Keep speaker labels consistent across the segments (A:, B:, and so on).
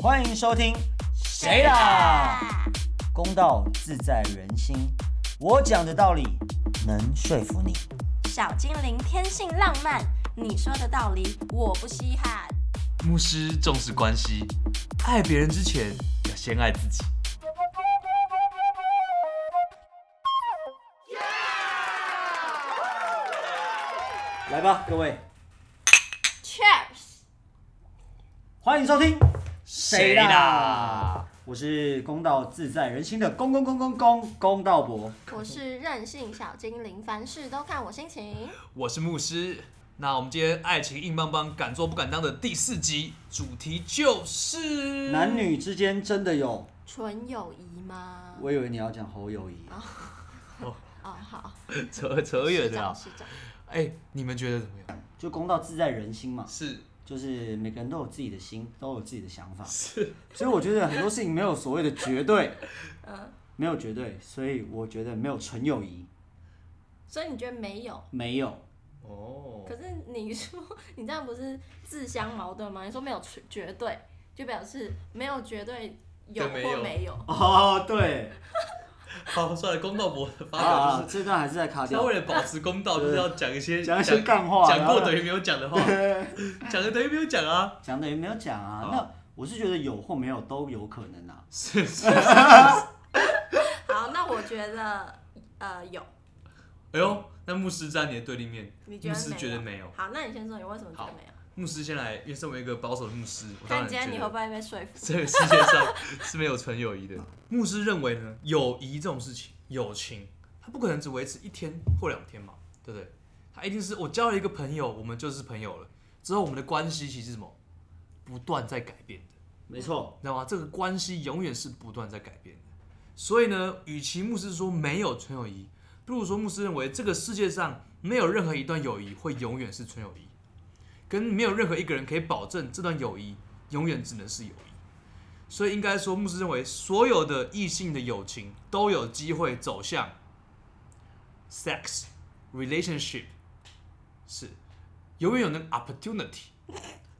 A: 欢迎收听《谁
B: 啊
A: 啦》，公道自在人心，我讲的道理能说服你。
B: 小精灵天性浪漫，你说的道理我不稀罕。
C: 牧师重视关系，爱别人之前要先爱自己。
A: 来吧，各位，
B: Cheers！
A: 欢迎收听《
C: 谁啦》，
A: 我是公道自在人心的公公公公公公道伯。
B: 我是任性小精灵，凡事都看我心情。
C: 我是牧师。那我们今天《爱情硬邦邦，敢做不敢当》的第四集，主题就是
A: 男女之间真的有？
B: 纯友谊吗？
A: 我以为你要讲侯友谊。
B: 哦，好，
C: 扯扯远
B: 市
C: 了
B: 长，
C: 啦。
A: 啊
B: 市长，
C: 哎、你们觉得怎么样？
A: 就公道自在人心嘛，
C: 是
A: 就是每个人都有自己的心，都有自己的想法，
C: 是，
A: 所以我觉得很多事情没有所谓的绝对，没有绝对，所以我觉得没有纯友谊，
B: 所以你觉得没有？
A: 没有，
C: 哦
B: 可，是你说你这样不是自相矛盾吗？你说没有绝绝对，就表示没有绝对有
C: 对没有
B: 或没有。
A: 哦，对，
C: 好，算了，公道博的发表
A: 啊，
C: 就是。
A: 这段还是在卡
C: 他
A: 掉
C: 为，了保持公道，就是要讲一些
A: 讲一些干话啊
C: 讲
A: 然后
C: 过等于没有 讲的话，讲了等于没有讲啊，
A: 讲的也没有讲啊
C: 好，
A: 那我是觉得有或没有都有可能啊，
C: 是是。 哎
B: 好，那我觉得呃有，
C: 哎呦，那牧师站你的对立面，
B: 你觉
C: 牧
B: 得
C: 师
B: 没有？
C: 觉得没有。
B: 好，那你先说你为什么觉得没有？
C: 牧师先来，因为身为一个保守的牧师，我当
B: 但
C: 然
B: 今
C: 觉
B: 天你会
C: 得
B: 不会被说服？
C: 这个世界上是没有纯友谊的。牧师认为呢，友谊这种事情，友情它不可能只维持一天或两天嘛，对不对？它一定是我交了一个朋友，我们就是朋友了，之后我们的关系其实是什么，不断在改变的，
A: 没错，
C: 你知道吗？这个关系永远是不断在改变的。所以呢，与其牧师说没有纯友谊，不如说牧师认为这个世界上没有任何一段友谊会永远是纯友谊，跟没有任何一个人可以保证这段友谊永远只能是友谊。所以应该说，牧师认为所有的异性的友情都有机会走向 sex relationship，是永远有那个 opportunity，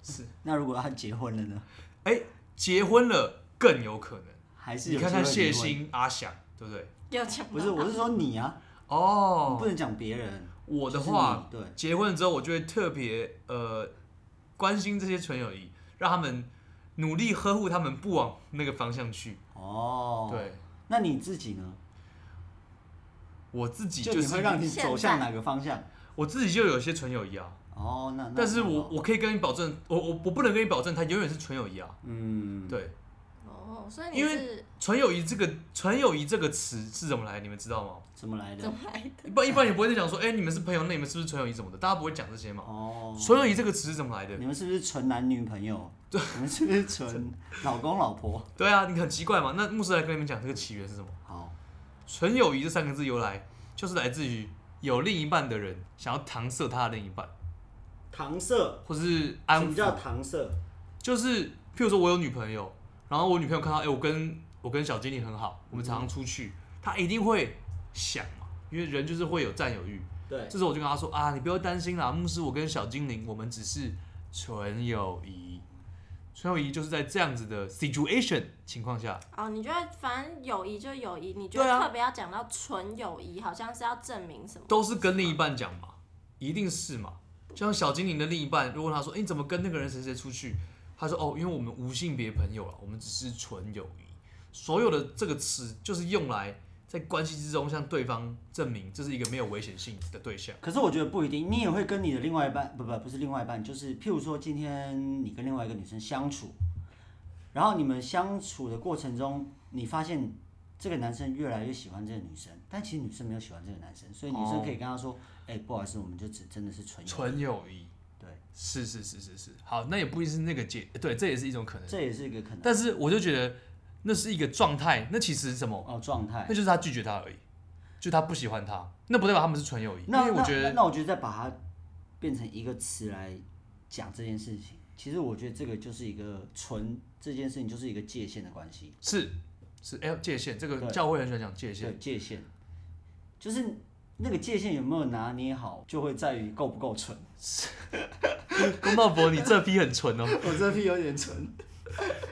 C: 是
A: 那如果他结婚了呢，
C: 哎、结婚了更有可能。
A: 还是
C: 你
A: 有
C: 看看
A: 机会
C: 谢
A: 离婚，
C: 欣、阿翔，对不对？
B: 有讲
A: 不是，
B: 到
A: 我是说你啊，你不
C: 哦，
A: 能讲别人，
C: 我的
A: 就是
C: 话，
A: 你对，
C: 结婚之后，我就会特别呃关心这些纯友谊，让他们努力呵护他们不往那个方向去。
A: 哦，，
C: 对
A: 那你自己呢？
C: 我自己
A: 就是你会让你走向
B: 现在
A: 哪个方向？
C: 我自己就有一些纯友谊啊，
A: 哦，那那
C: 但是
A: 那
C: 我
A: 好
C: 我可以跟你保证，我我我不能跟你保证它永远是纯友谊啊。
A: 嗯，
C: 对，
B: 哦，所以你
C: 因为
B: 是
C: 纯友谊这个纯友谊这个词是怎么来？你们知道吗？
A: 怎么来
B: 怎
A: 的？
B: 么来的？
C: 一般一般也不会在讲说，哎、你们是朋友，那你们是不是纯友谊什么的？大家不会讲这些嘛。
A: 哦，
C: 纯友谊这个词是怎么来的？
A: 你们是不是纯男女朋友？对，你们是不是纯老公老婆？
C: 对啊，你很奇怪嘛。那牧师来跟你们讲这个起源是什么？
A: 好，
C: 纯友谊这三个字由来，就是来自于有另一半的人想要搪塞他的另一半，
A: 搪塞，
C: 或是安抚，
A: 搪塞？
C: 就是譬如说我有女朋友，然后我女朋友看到，哎、我跟我跟小精灵很好，我们常常出去，她一定会想嘛，因为人就是会有占有欲。
A: 对，
C: 这时候我就跟她说啊，你不要担心啦，牧师，我跟小精灵，我们只是纯友谊。纯友谊就是在这样子的 situation 情况下，
B: 哦，你觉得反正友谊就友谊，你觉
C: 对
B: 得
C: 啊
B: 特别要讲到纯友谊，好像是要证明什么？
C: 都是跟另一半讲嘛，一定是嘛。就像小精灵的另一半，如果他说：“哎、你怎么跟那个人谁谁出去？”他说：“哦，因为我们无性别朋友了，啊我们只是纯友谊。”所有的这个词就是用来在关系之中向对方证明这是一个没有危险性的对象。
A: 可是我觉得不一定，你也会跟你的另外一半，不不不是另外一半，就是譬如说今天你跟另外一个女生相处，然后你们相处的过程中，你发现这个男生越来越喜欢这个女生，但其实女生没有喜欢这个男生，所以女生
C: 哦
A: 可以跟他说，哎、不好意思，我们就只真的是纯友谊
C: 纯友谊，
A: 对，
C: 是是是是是。好，那也不一定是那个解，对，这也是一种可能。
A: 这也是一个可能
C: 但是我就觉得那是一个状态，那其实是什么？
A: 哦状态。
C: 那就是他拒绝他而已，就他不喜欢他，那不代表他们是纯友谊。因
A: 那
C: 为我觉
A: 那
C: 得
A: 那我觉得再把它变成一个词来讲这件事情，其实我觉得这个就是一个纯这件事情就是一个界限的关系，
C: 是是，哎、界限，这个
A: 对
C: 教会很喜欢讲界
A: 对
C: 限，
A: 界限，就是那个界限有没有拿捏好，就会在于够不够纯。
C: 龚道博，你这批很纯哦。
A: 我这批有点蠢。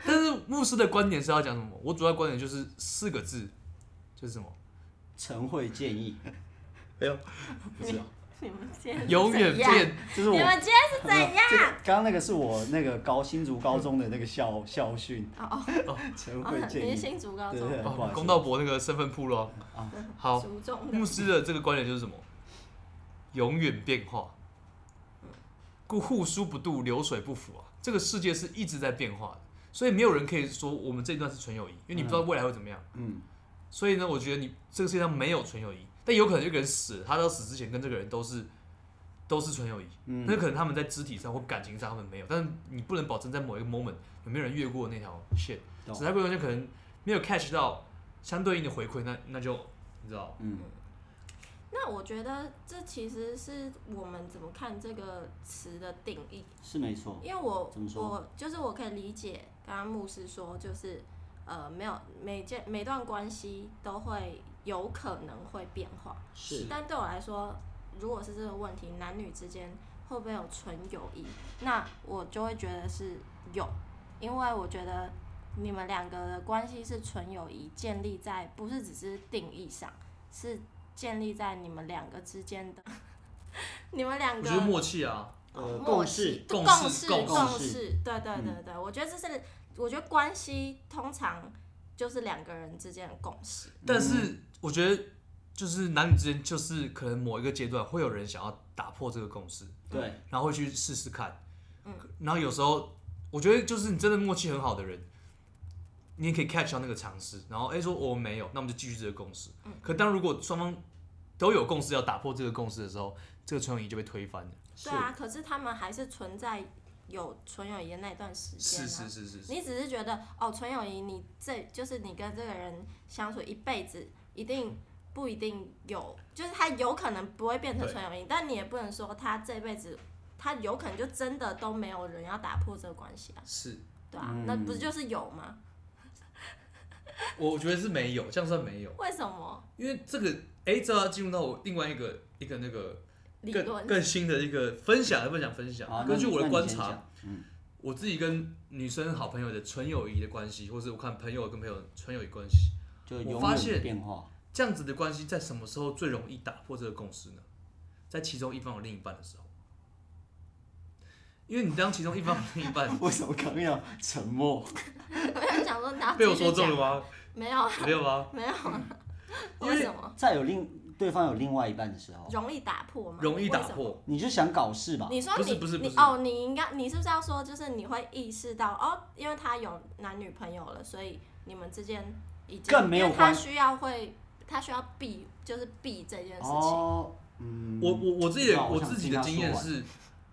C: 但是牧师的观点是要讲什么？我主要观点就是四个字，就是什么？
A: 晨会建 议，
C: 没有，
A: 不知道。
B: 你们今天是
C: 永远
B: 哎怎样
C: 变
A: 这是我
B: 你啊们今天是怎样？
A: 刚刚那个是我那个高新竹高中的那个校校训，
B: 哦
A: 晨
B: 哦
A: 会，
B: 你
A: 建
B: 是
A: 议。
B: 新竹高
A: 对
B: 中
A: 对哎
B: 的，
A: 不好意
C: 哦
A: 思，啊
C: 公道博那个身份铺了哦。好，
B: 竹中的
C: 牧师的这个观点就是什么？永远变化，故户枢不度，流水不腐啊。这个世界是一直在变化的，所以没有人可以说我们这一段是纯友谊，因为你不知道未来会怎么样。
A: 嗯，
C: 所以呢，我觉得你这个世界上没有纯友谊，但有可能有一个人死了，他到死之前跟这个人都是都是纯友谊。
A: 嗯
C: 那可能他们在肢体上或感情上他们没有，但是你不能保证在某一个 moment 有没有人越过那条线，
A: 懂
C: 只在过程中可能没有 catch 到相对应的回馈，那那就你知道。
A: 嗯，
B: 那我觉得这其实是我们怎么看这个词的定义，
A: 是没错。
B: 因为我
A: 哦怎么说
B: 我就是我可以理解刚刚牧师说，就是呃没有每件每段关系都会有可能会变化，
A: 是
B: 但对我来说，如果是这个问题，男女之间会不会有纯友谊，那我就会觉得是有，因为我觉得你们两个的关系是纯友谊，建立在不是只是定义上，是建立在你们两个之间的， 你们两
C: 我
B: 个
C: 觉得默契啊，
A: 呃，
B: 默
A: 共
B: 契
A: 识，
B: 共
C: 共
B: 识
C: 识嗯共
A: 识
B: 识，对对对对，我觉得这是我觉得关系通常就是两个人之间的共识，
C: 但是我觉得就是男女之间，就是可能某一个阶段会有人想要打破这个共识，
B: 啊
A: 对，
C: 然后会去试试看。
B: 嗯
C: 然后有时候我觉得就是你真的默契很好的人，你也可以 catch 到那个尝试，然后哎、说我、没有，那我们就继续这个共识。
B: 嗯
C: 可当如果双方都有共识要打破这个共识的时候，这个纯友谊就被推翻了。
A: 是
B: 对啊，可是他们还是存在有纯友谊的那段时间、啊，
C: 是是是是是，
B: 你只是觉得哦，纯友谊，你这就是你跟这个人相处一辈子，一定不一定有，就是他有可能不会变成
C: 对
B: 纯友谊，但你也不能说他这辈子他有可能就真的都没有人要打破这个关系啊，
C: 是
B: 对啊，
A: 嗯
B: 那不是就是有吗？
C: 我我觉得是没有，这样算没有，
B: 为什么
C: 因为这个哎，这要进入到我另外一个一个那个
B: 理
C: 更
B: 论？
C: 更新的一个分享，分享分
B: 啊
A: 好，
C: 享。
A: 那
C: 根据我
A: 啊
C: 的
A: 那你
C: 观
A: 先
C: 察，
A: 讲，嗯，
C: 我自己跟女生好朋友的纯友谊的关系，或是我看朋友跟朋友纯友谊关系，
A: 就
C: 我
A: 永
C: 发
A: 远
C: 现
A: 变化，
C: 这样子的关系在什么时候最容易打破这个共识呢？在其中一方有另一半的时候，因为你当其中一方有另 一半
A: 为什么刚刚要沉默？
B: 我想想说，哪
C: 被我说中了吗？
B: 没有啊，
C: 没有吗？
B: 没有啊，
C: 因为
B: 为什么
A: 在有另对方有另外一半的时候，
B: 容易打破吗？
C: 容易打
B: 为什么
C: 破，
A: 你就想搞事吧？
B: 你说你
C: 不是不是
B: 你
C: 不是
B: 哦，你应该你是不是要说，就是你会意识到哦，因为他有男女朋友了，所以你们之间已经
A: 更没有
B: 因为他
A: 关
B: 需要会，他需要避，就是避这件事情。
A: 哦，嗯，
C: 我我我自己的
A: 我
C: 我
A: 想
C: 自己
A: 听
C: 的
A: 他
C: 经
A: 说
C: 验
A: 完
C: 是，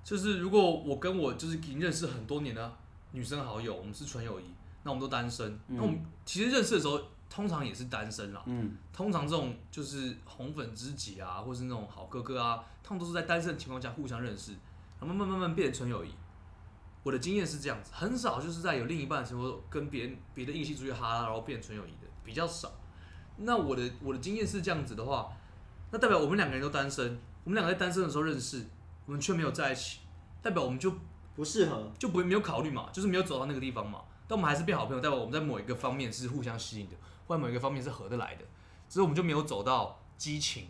C: 就是如果我跟我就是已经认识很多年的女生好友，我们是纯友谊，那我们都单身，那我们其实认识的时候通常也是单身啦。
A: 嗯，
C: 通常这种就是红粉知己啊，或是那种好哥哥啊，他们都是在单身的情况下互相认识，然后慢慢慢慢变成纯友谊。我的经验是这样子，很少就是在有另一半的时候跟别人别的异性出去哈拉，然后变成纯友谊的比较少。那我的我的经验是这样子的话，那代表我们两个人都单身，我们两个在单身的时候认识，我们却没有在一起，代表我们就
A: 不适合，
C: 就不会没有考虑嘛，就是没有走到那个地方嘛。但我们还是变好朋友，代表我们在某一个方面是互相吸引的，或者某一个方面是合得来的，只是我们就没有走到激情、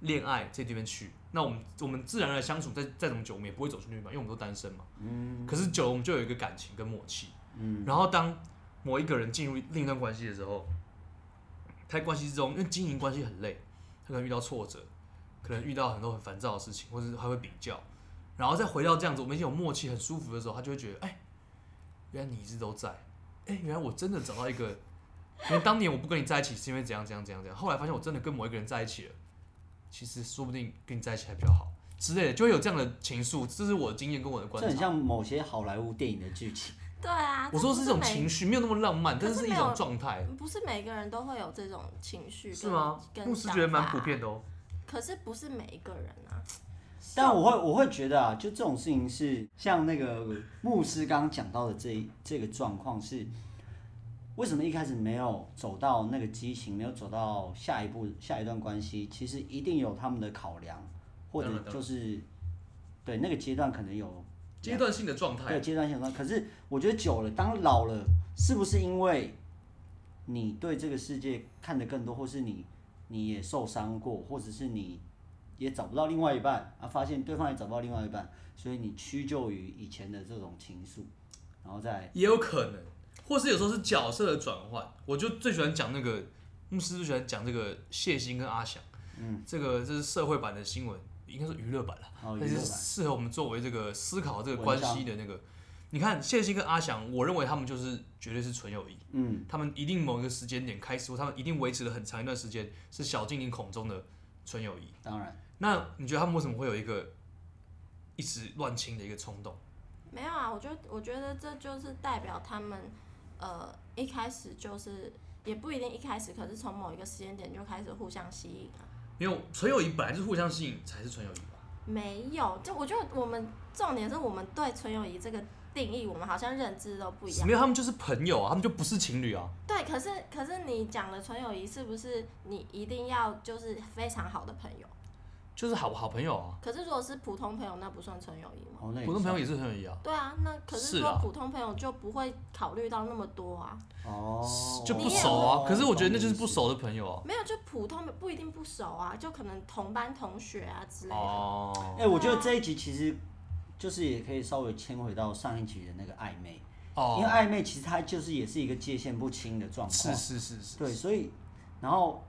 C: 恋爱这地方去。那我们我们自然而然相处再再怎么久，我们也不会走出那一方，因为我们都单身嘛。嗯。可是久了，我们就有一个感情跟默契。嗯。然后当某一个人进入另一段关系的时候，他在关系之中，因为经营关系很累，他可能遇到挫折，可能遇到很多很烦躁的事情，或者是还会比较。然后再回到这样子，我们已经有默契、很舒服的时候，他就会觉得，哎、原来你一直都在，哎、原来我真的找到一个，因为当年我不跟你在一起是因为怎样怎样怎样怎样，后来发现我真的跟某一个人在一起了，其实说不定跟你在一起还比较好之类的，就会有这样的情愫，这是我的经验跟我的观
A: 这很
C: 察。
A: 像某些好莱坞电影的剧情，
B: 对啊，
C: 我说
B: 这不
C: 是这
B: 是
C: 种
B: 每
C: 情绪，没有那么浪漫，
B: 可
C: 但
B: 是
C: 是是一
B: 没有
C: 种状态，
B: 不是每个人都会有这种情绪跟，
C: 是吗？
B: 跟
C: 牧师
B: 想
C: 觉得蛮
B: 法
C: 普遍的哦。
B: 可是不是每一个人啊。
A: 但我会我会觉得啊，就这种事情是像那个牧师刚刚讲到的这一这个状况是，为什么一开始没有走到那个激情，没有走到下一步下一段关系，其实一定有他们的考量，或者
C: 当然当然
A: 就是对那个阶段可能有
C: 阶段性的状态
A: 对，阶段性的。可是我觉得久了，当老了，是不是因为你对这个世界看得更多，或是你你也受伤过，或者是你也找不到另外一半啊，发现对方也找不到另外一半，所以你屈就于以前的这种情愫，然后再
C: 也有可能，或是有时候是角色的转换。我就最喜欢讲那个牧师，最喜欢讲这个谢欣跟阿翔，嗯，这个这是社会版的新闻，应该是娱乐版了，
A: 哦娱
C: 但
A: 乐
C: 哎是
A: 版
C: 适合我们作为这个思考这个
A: 文
C: 关
A: 章
C: 系的那个。你看谢欣跟阿翔，我认为他们就是绝对是纯友谊，
A: 嗯，
C: 他们一定某一个时间点开始，或他们一定维持了很长一段时间是小精灵口中的纯友谊。
A: 当然
C: 那你觉得他们为什么会有一个一时乱亲的一个冲动？
B: 没有啊，我觉得我觉得这就是代表他们，呃，一开始就是也不一定一开始，可是从某一个时间点就开始互相吸引啊。
C: 因为纯友谊本来就是互相吸引才是纯友谊吧。
B: 没有，就我觉得我们重点是我们对纯友谊这个定义，我们好像认知都不一样
C: 没。有，他们就是朋友啊，他们就不是情侣啊。
B: 对，可是可是你讲的纯友谊是不是你一定要就是非常好的朋友？
C: 就是好好朋友啊，
B: 可是如果是普通朋友，那不算纯友谊吗？
A: 哦，那也
C: 普通朋友
A: 友
C: 也是很友谊啊，
B: 对啊，那可
C: 是
B: 是说
C: 啊
B: 普通朋友就不会考虑到那么多啊，
A: 哦，
C: 就不熟啊。可是我觉得那就是
A: 懂你
C: 不
A: 意思
C: 熟的朋友
A: 哦
C: 啊。
B: 没有就普通不一定不熟啊，就可能同班同学啊之类的。
A: 哎、
C: 哦
A: 我觉得这一集其实就是也可以稍微牵回到上一集的那个暧昧，因为
C: 哦，
A: 暧昧其实它就是也是一个界限不清的状
C: 是
A: 况。
C: 是是是，
A: 对，所以然后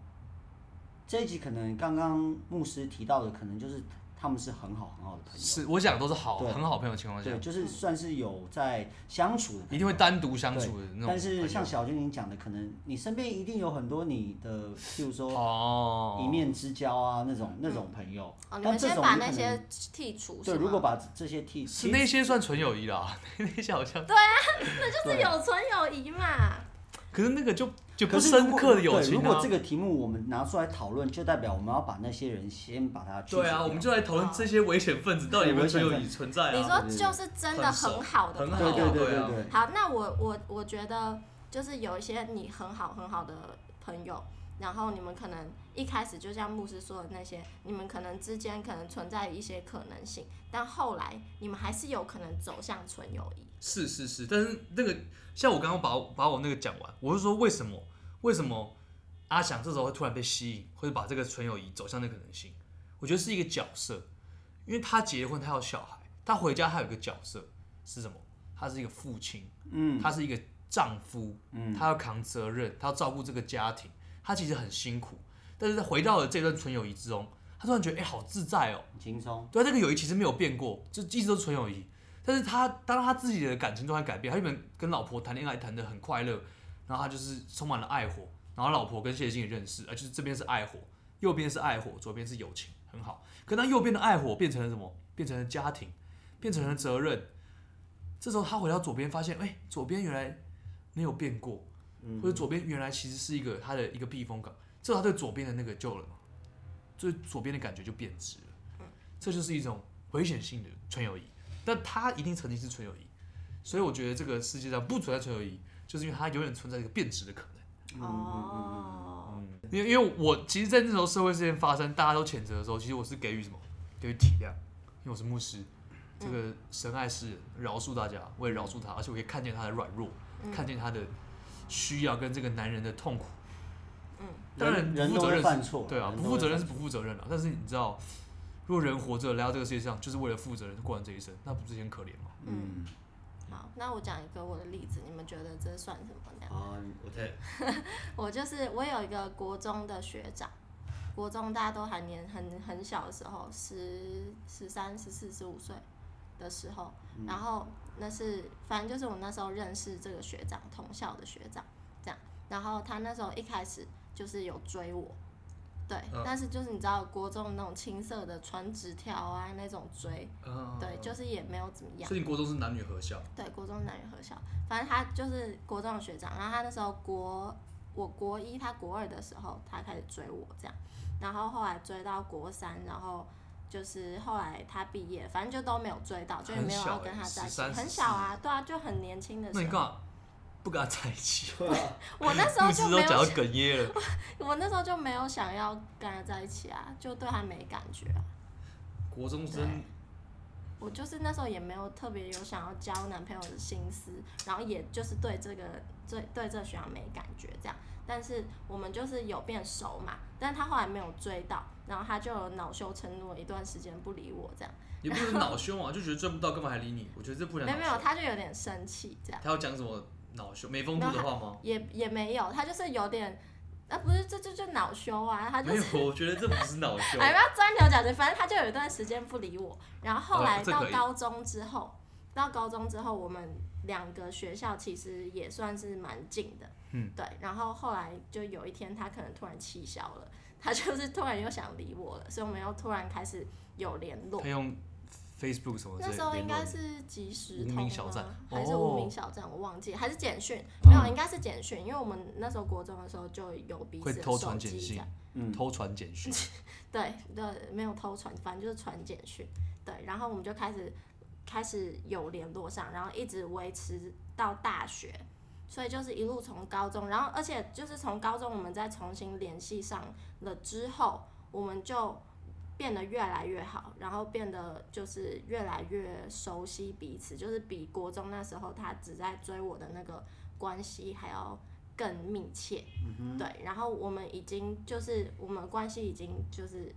A: 这一集可能刚刚牧师提到的，可能就是他们是很好很好的朋友，
C: 是我讲的都是好
A: 对
C: 很好朋友的情况下
A: 对，，就是算是有在相处的朋友，
C: 啊一定会单独相处的
A: 对
C: 那种朋友。
A: 但是像小精灵讲的，可能你身边一定有很多你的，譬如说
C: 哦，
A: 一面之交啊那种那种朋友。
B: 哦，你
A: 但
B: 们
A: 这
B: 先
A: 种
B: 把
A: 你
B: 那
A: 可
B: 些
A: 能
B: 剔除是
A: 对，
B: 吗？
A: 如果把这些剔，
C: 嗯是
A: 其实
C: 那些算纯友谊啦， 那些好像，
B: 就是有纯友谊嘛，
C: 可是那个就就不
A: 可是
C: 深刻的友
A: 对
C: 情
A: 如果
C: 啊
A: 这。个题目我们拿出来讨论，就代表我们要把那些人先把它去除
C: 对啊，
A: 掉
C: 我们就来讨论这些嗯危险分子到底有没有纯友谊存在
B: 你
C: 啊？
B: 说就是真的很好的
C: 很
B: 朋
C: 好
A: 对
B: 友。
A: 对对
C: 对啊
A: 对
B: 好，那我我我觉得就是有一些你很好很好的朋友，然后你们可能一开始就像牧师说的那些，你们可能之间可能存在一些可能性，但后来你们还是有可能走向纯友谊。
C: 是是是，但是那个像我刚刚把我把我那个讲完，我是说为什么为什么阿翔这时候会突然被吸引，或者把这个纯友谊走向那可能性？我觉得是一个角色，因为他结婚，他有小孩，他回家他有一个角色是什么？他是一个父亲，嗯，他是一个丈夫，嗯，他要扛责任，他要照顾这个家庭，他其实很辛苦，但是他回到了这段纯友谊之中，他突然觉得哎、好自在哦，
A: 很轻松。
C: 对啊，这个友谊其实没有变过，就一直都是纯友谊。但是他当他自己的感情状态改变，他原本跟老婆谈恋爱谈得很快乐，然后他就是充满了爱火，然后老婆跟谢欣也认识，而就是这边是爱火，右边是爱火，左边是友情，很好。可当右边的爱火变成了什么？变成了家庭，变成了责任。这时候他回到左边，发现哎、左边原来没有变过，或者左边原来其实是一个他的一个避风港。这时候他对左边的那个救了嘛，就是左边的感觉就变质了。这就是一种危险性的纯友谊。但它一定曾经是纯友谊，所以我觉得这个世界上不存在纯友谊，就是因为它永远存在一个变质的可能。
B: 哦，
C: 因为因为我其实，在那时候社会事件发生，大家都谴责的时候，其实我是给予什么？给予体谅，因为我是牧师，这个神爱世人，饶恕大家，我也饶恕他，而且我可以看见他的软弱，看见他的需要跟这个男人的痛苦。当然
A: 人人
C: 不
A: 都
C: 负责
A: 会
C: 任
A: 犯错，
C: 对啊，
A: 人
C: 不
A: 都
C: 负
A: 会
C: 责任
A: 犯
C: 是不负责任啊。但是你知道，如果人活着来到这个世界上，就是为了负责任过完这一生，那不是很可怜吗？
A: 嗯，
B: 好，那我讲一个我的例子，你们觉得这算什么呢？
A: 好，啊我再
B: 我就是我有一个国中的学长，国中大家都还年很很小的时候，十十三、十四、十五岁的时候，然后那是反正就是我那时候认识这个学长，同校的学长这样，然后他那时候一开始就是有追我。对，
C: 嗯
B: 但是就是你知道国中那种青涩的传纸条啊那种追，
A: 嗯
C: 啊
B: 对，就是也没有怎么样。
C: 所以你国中是男女合校，
B: 对，国中男女合校，反正他就是国中的学长，然后他那时候国我国一，他国二的时候，他开始追我这样，然后后来追到国三，然后就是后来他毕业，反正就都没有追到，就也
C: 很
B: 没有
C: 小
B: 要
C: 欸
B: 跟他在一起，
C: 13
B: 很小啊，对啊，就很年轻的
C: 那你
B: 时
C: 干
B: 候，
C: 嘛不跟他在 一起？
B: 我那时候
C: 一
B: 就
C: 直
B: 没
C: 都
B: 有
C: 讲到哽咽 了。
B: 我那时候就没有想要跟他在一起啊，就对他没感觉啊，
C: 国中生
B: 我就是那时候也没有特别有想要交男朋友的心思，然后也就是对这个对对这个学长没感觉这样，但是我们就是有变熟嘛，但他后来没有追到，然后他就有恼羞成怒了一段时间不理我这样，
C: 也不是恼羞啊，就觉得追不到，干嘛还理你？我觉得这不能。
B: 没有没有，他就有点生气这样，
C: 他要讲什么恼羞没风度的话吗？
B: 也也没有，他就是有点，啊不是这这就恼羞啊，他就
C: 没
B: 是。
C: 有，我觉得这不是恼羞。
B: 还哎不要钻牛角尖，反正他就有一段时间不理我，然后后来
C: 哦这可
B: 到
C: 以
B: 高中之后，到高中之后我们两个学校其实也算是蛮近的，
C: 嗯，
B: 对，然后后来就有一天他可能突然气消了，他就是突然又想理我了，所以我们又突然开始有联络
C: 他。用 Facebook 什么之
B: 那
C: 类
B: 时
C: 的
B: 候应
C: 联络
B: 该
C: 你。
B: 是即时
C: 哦无
B: 通
C: 名小站
B: 吗？还是无
C: 哦
B: 名小站？我忘记，还是简讯？
C: 嗯
B: 没有，应该是简讯，因为我们那时候国中的时候就有彼
C: 会
B: 此的
C: 偷
B: 手
C: 传
B: 机
C: 简
B: 这
C: 讯
B: 样。
A: 嗯，
C: 偷传 简讯，
B: 对对，没有偷传，反正就是传简讯。对，然后我们就开始开始有联络上，然后一直维持到大学，所以就是一路从高中，然后而且就是从高中我们再重新联系上了之后，我们就变得越来越好，然后变得就是越来越熟悉彼此，就是比国中那时候他只在追我的那个关系还要更密切。
C: 嗯
B: 对，然后我们已经就是我们关系已经就是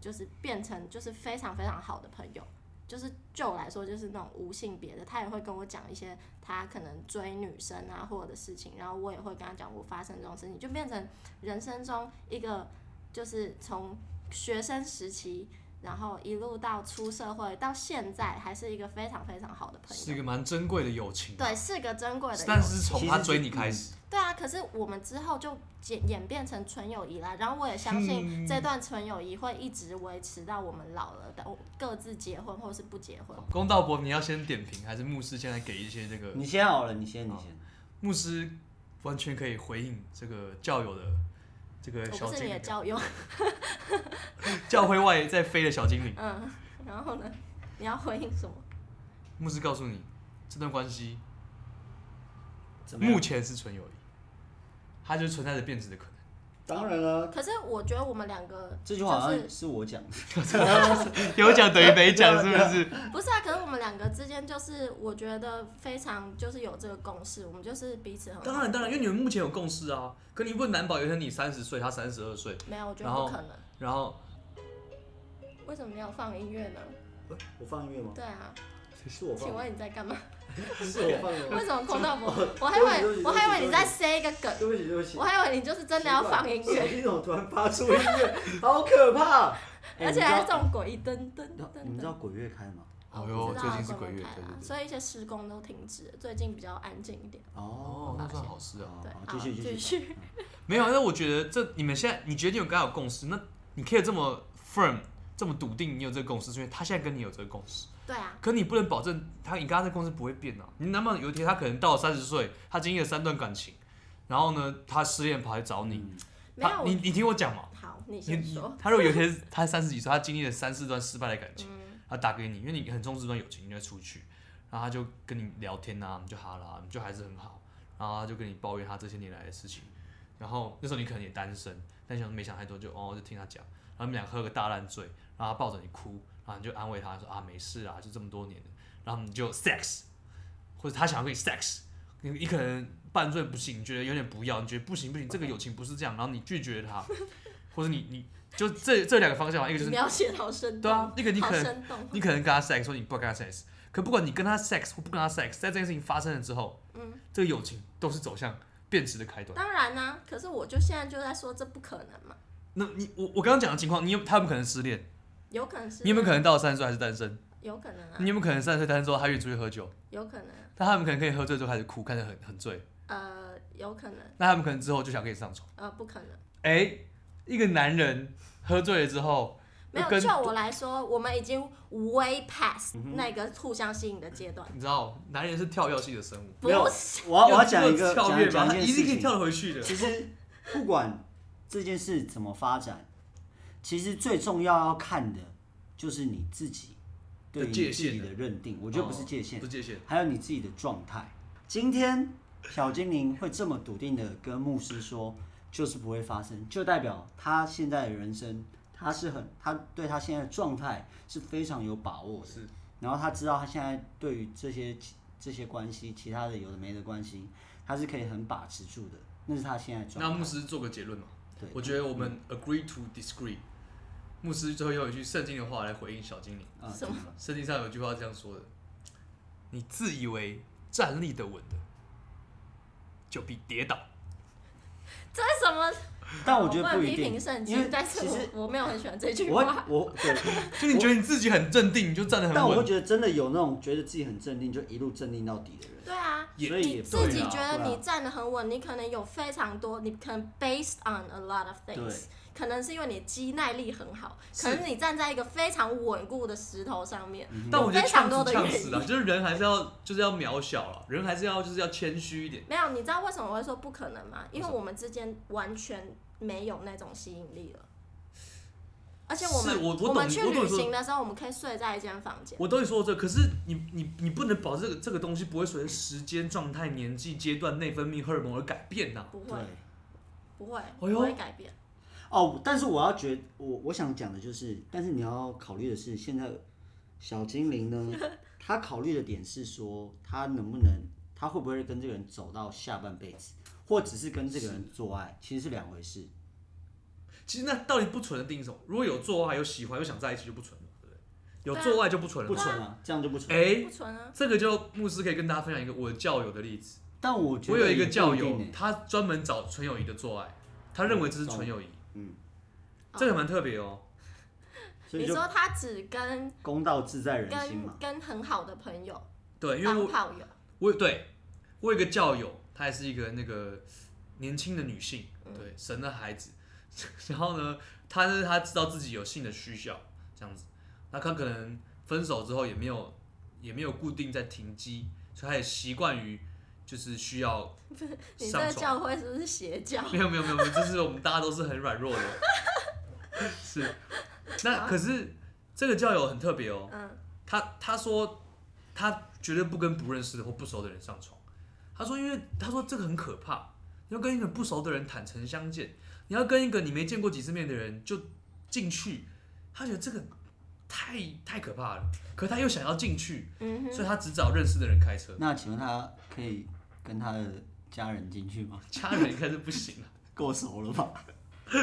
B: 就是变成就是非常非常好的朋友，就是就我来说就是那种无性别的，他也会跟我讲一些他可能追女生啊或者的事情，然后我也会跟他讲我发生这种事情，就变成人生中一个就是从学生时期。然后一路到出社会，到现在还是一个非常非常好的朋
C: 是一
B: 友。
C: 个蛮珍贵的友 情。
B: 对，是个珍贵的友情。
C: 但是从他追你开始，
B: 对啊，可是我们之后就演演变成纯友谊啦，然后我也相信这段纯友谊会一直维持到我们老了，到各自结婚或是不结婚。
C: 公道伯，你要先点评，还是牧师现在给一些这个
A: 你先好了，你先，你先。
C: 牧师完全可以回应这个教友的这个
B: 我
C: 小
B: 不是
C: 精
B: 你的
C: 灵，
B: 教友，
C: 教会外在飞的小精灵。
B: 嗯，然后呢，你要回应什么？
C: 牧师告诉你，这段关系
A: 怎么样
C: 目前是纯友谊，它就存在着变质的可能。
A: 当然了，
B: 可是我觉得我们两个
A: 这句话好
B: 就
A: 像
B: 是
A: 是我讲的。
C: 有讲等于没讲，是不是？
B: 不是啊？可是我们两个之间就是我觉得非常就是有这个共识，我们就是彼此很
C: 当然，当然，因为你们目前有共识啊。可你不难保有一天你三十岁，他三十二岁，
B: 没有，我觉
C: 然
B: 得
C: 后
B: 不可能。
C: 然后
B: 为什么你要放音乐呢？
A: 我放音乐 吗？
B: 对啊，
A: 是我
B: 请
A: 放，
B: 问你在干 嘛？
A: 是我放的吗
B: 为？什么空到我？ 我还以
A: 对不
B: 为
A: 起
B: 我还以为
A: 对不起
B: 你在塞一个梗。
A: 对不起，对不起
B: 我。还以为你就是真的要放音乐，
A: 手机怎么突然发出音乐？好可怕！哎
B: 而且还是这种诡异噔
A: 你
B: 噔噔
A: 知道你
B: 噔
A: 们知
B: 噔。
A: 道鬼月开吗？
C: 哎
B: 我
C: 呦
B: 不知道
C: 最
B: 啊
C: 近是
B: 关
C: 鬼
B: 门
C: 月
B: 开
C: 对对
B: 啦
C: 对
B: 所以一些施工都停止了，最近比较安静一点。
C: 哦，那算好事啊。
B: 对
A: 好，
B: 好
A: 继续
B: 继
A: 继续。
B: 续。
C: 没有，那我觉得这你们现在，你决定有跟他有共识，那你可以这么 firm，这么笃定，你有这个共识，是因为他现在跟你有这个共识。
B: 对啊，
C: 可你不能保证他，你跟他的共识不会变啊。你难保有一天他可能到了三十岁，他经历了三段感情，然后呢，他失恋跑来找你，
B: 没
C: 他
B: 有
C: 你
B: 我
C: 你听我讲嘛，
B: 好，你
C: 你
B: 先
C: 你
B: 说。
C: 他如果有一天他三十几岁，他经历了三四段失败的感情，
B: 嗯，
C: 他打给你，因为你很重视这段友情，你就会出去，然后他就跟你聊天啊，你就哈啦，你就还是很好，然后他就跟你抱怨他这些年来的事情，然后那时候你可能也单身，但想没想太多就哦就听他讲，然后你们俩喝个大烂醉，然后他抱着你哭，然后你就安慰他说啊没事啊，就这么多年了，然后你就 sex，或者他想要跟你 sex，你你可能半醉不醒，你觉得有点不要，你觉得不行不行，这个友情不是这样，然后你拒绝他， 或者你你就这这两个方向嘛，一个就是
B: 描写得好生动。
C: 对啊那个你
B: 好
C: 可能
B: 生动。
C: 你可能跟他 sex，说你不跟他 sex，可不管你跟他 sex 或不跟他 sex，在这件事情发生了之后，
B: 嗯，
C: 这个友情都是走向变质的开端。
B: 当然啦、可是我就现在就在说这不可能嘛，
C: 那你我我刚刚讲的情况，你有他有没有可能失恋？
B: 有可能是。
C: 你有没有可能到了三十岁还是单身？
B: 有可能啊
C: 你，有没有可能三十岁单身之后他约你出去喝酒？
B: 有可能啊，
C: 但他们可能可以喝醉之后开始哭，看着很很醉。
B: 呃，有可能，
C: 那他们可能之后就想跟你上床。
B: 呃，不可能。
C: 哎、一个男人喝醉了之后，
B: 没有，
C: 跟嗯
B: 就我来说，我们已经 way past 那个互相吸引的阶段。
C: 你知道，男人是跳跃性的生物，
B: 不
A: 没有
B: 是，
A: 我要我要讲一
C: 要
A: 个
C: 跳跃
A: 讲
C: 吧，
A: 讲
C: 他
A: 一
C: 一
A: 件
C: 定可
A: 事
C: 以
A: 情。
C: 跳得回去的。
A: 其实不管这件事怎么发展，其实最重要要看的就是你自己对于
C: 的
A: 你
C: 界
A: 自
C: 限哦
A: 己的认定。我觉得不是界限
C: 不，是界限。
A: 还有你自己的状态。今天小精灵会这么笃定的跟牧师说，就是不会发生，就代表他现在的人生，他是很，他对他现在的状态是非常有把握的。
C: 是
A: 然后他知道他现在对于这些其这些关系，其他的有的没的关系，他是可以很把持住的，那是他现在的
C: 那
A: 状
C: 牧
A: 态。
C: 师做个结论嘛？
A: 对，嗯
C: 我觉得我们 agree to disagree。牧师最后用一句圣经的话来回应小精灵。
A: 啊，
B: 什么
C: 圣经上有句话这样说的：“你自以为站立得稳的，就必跌倒。
B: 这是什么？
A: 但我觉
B: 不
A: 得
B: 能
A: 不一
B: 批
A: 定
B: 评圣，
A: 因为
B: 经，但是
A: 其实
B: 我我没有很喜欢这句
A: 我
B: 话。
A: 会我对，”
C: 就你觉得你自己很镇定，你就站得
A: 但我
C: 很
A: 会
C: 稳。
A: 觉得真的有那种觉得自己很镇定，就一路镇定到底的人，
B: 对啊，
C: 也
A: 所以
B: 你
A: 也
B: 自己
C: 对啊
B: 觉得
A: 对
B: 你
A: 啊
B: 站得很稳，你可能有非常多，你可能 based on a lot of
A: 对
B: things，可能是因为你肌耐力很好，
C: 是
B: 可能你站在一个非常稳固的石头上面，
A: 嗯
C: 但我觉得
B: 非常
C: 呛
B: 多
C: 死
B: 的
C: 呛
B: 原
C: 死了，啊就是人还是要就是要渺小了，人还是要就是要谦虚一点。
B: 没有，你知道为什么我会说不可能吗？因
C: 为
B: 为
C: 什么
B: 我们之间完全没有那种吸引力了。而且
C: 是
B: 们
C: 我
B: 我
C: 我懂
B: 们
C: 你
B: 去
C: 我懂
B: 旅
C: 你说
B: 行的时候，我们可以睡在一间房间。
C: 我都会说这个，可是你你你不能保证这个这个东西不会随着时间、状态、年纪、阶段、内分泌、荷尔蒙而改变呐、
B: 不会
A: 对。，哎
B: 不会，不
C: 呦
B: 会改变。
A: 哦，但是我要觉我我想讲的就是，但是你要考虑的是，现在小精灵呢， 他考虑的点是说，他能不能，他会不会跟这个人走到下半辈子，或只是跟这个人做爱，其实是两回事。
C: 其实那到底不纯的定义是什么？如果有做爱、有喜欢、有想在一起就不纯了，对不对？有做爱就不纯了
A: 不
C: 嘛。
A: 纯啊，这样就不纯。
C: 哎、
B: 不纯啊，
C: 这个就牧师可以跟大家分享一个我的教友的例子。
A: 但我觉
C: 我
A: 得
C: 有一个
A: 也不
C: 教
A: 定
C: 友
A: 欸，
C: 他专门找纯友谊的做爱，他认为这是纯友谊。
A: 嗯，
C: 这个蛮特别哦。
A: 所以
B: 你
A: 就
B: 说他只跟
A: 公道自在人心嘛
B: 跟。跟很好的朋友
C: 对，因为
B: 当
C: 我
B: 炮友，
C: 我对我有一个教友，她也是一个那个年轻的女性，对，神的孩子。 然后呢，她是她知道自己有性的需求，这样子。那她可能分手之后也没有也没有固定在停机，所以她也习惯于就是需要
B: 你这
C: 上
B: 个
C: 床。
B: 教会是不是邪 教？
C: 没有没有没有，就是我们大家都是很软弱的。是，那可是这个教友很特别哦，
B: 嗯，
C: 他他说他绝对不跟不认识的或不熟的人上床。他说，因为他说这个很可怕，你要跟一个不熟的人坦诚相见，你要跟一个你没见过几次面的人就进去，他觉得这个太太可怕了。可他又想要进去，
B: 嗯哼，
C: 所以他只找认识的人开车，
A: 那请问他可以跟他的家人进去吗？
C: 家人应该是不行了。
A: 够熟了吧？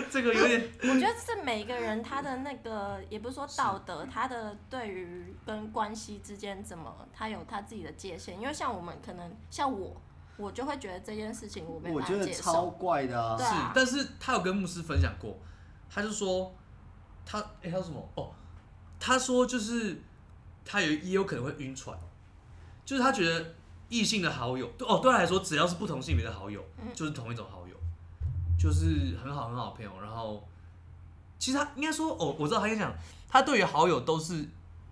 C: 这个有点
B: 我觉得这是每一个人他的那个，也不是说道德，他的对于跟关系之间怎么，他有他自己的界限。因为像我们可能像我，我就会觉得这件事情我没
A: 我
B: 办
A: 觉
B: 法
A: 得
B: 接
A: 超
B: 受。
A: 怪的啊
B: 对！
C: 是
B: 啊，
C: 但是他有跟牧师分享过，他就说他哎、他说什么哦？他说就是他有也有可能会晕船，就是他觉得异性的好友对哦对他来说，只要是不同性别的好友，就是同一种好友，就是很好很好的朋友。然后其实他应该说哦，我知道他在讲，他对于好友都是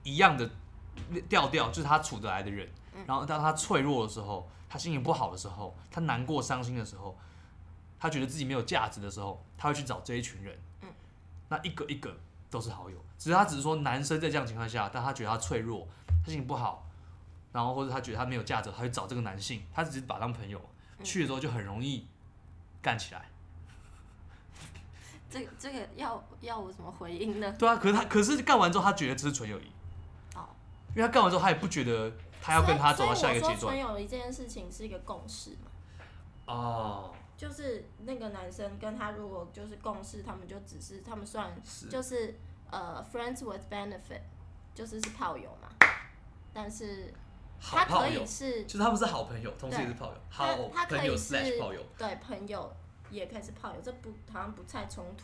C: 一样的调调，就是他处得来的人。然后当他脆弱的时候，他心情不好的时候，他难过伤心的时候，他觉得自己没有价值的时候，他会去找这一群人。
B: 嗯
C: 那一个一个都是好友，只是他只是说男生在这样的情况下，但他觉得他脆弱，他心情不好，然后或者他觉得他没有价值，他去找这个男性，他只是把他当朋友，
B: 嗯
C: 去的时候就很容易干起来。
B: 这个这个要要我怎么回应呢？
C: 对啊，可是他可是干完之后，他觉得这是纯友谊，
B: 哦，
C: 因为他干完之后，他也不觉得他要跟他走到下一个阶
B: 所
C: 段
B: 以我说纯友谊这件事情是一个共识嘛，
C: 哦，
B: 就是那个男生跟他如果就是共识，他们就只是他们算
C: 是
B: 就是呃 friends with benefit，就是是炮友嘛，但是
C: 好
B: 他
C: 炮
B: 可
C: 友
B: 以，是
C: 就是他们是好朋友，同时也是炮友，好
B: 他他可
C: 朋友
B: 以是
C: slash 炮友，
B: 对朋友，也可以是炮友，这不好像不太冲突，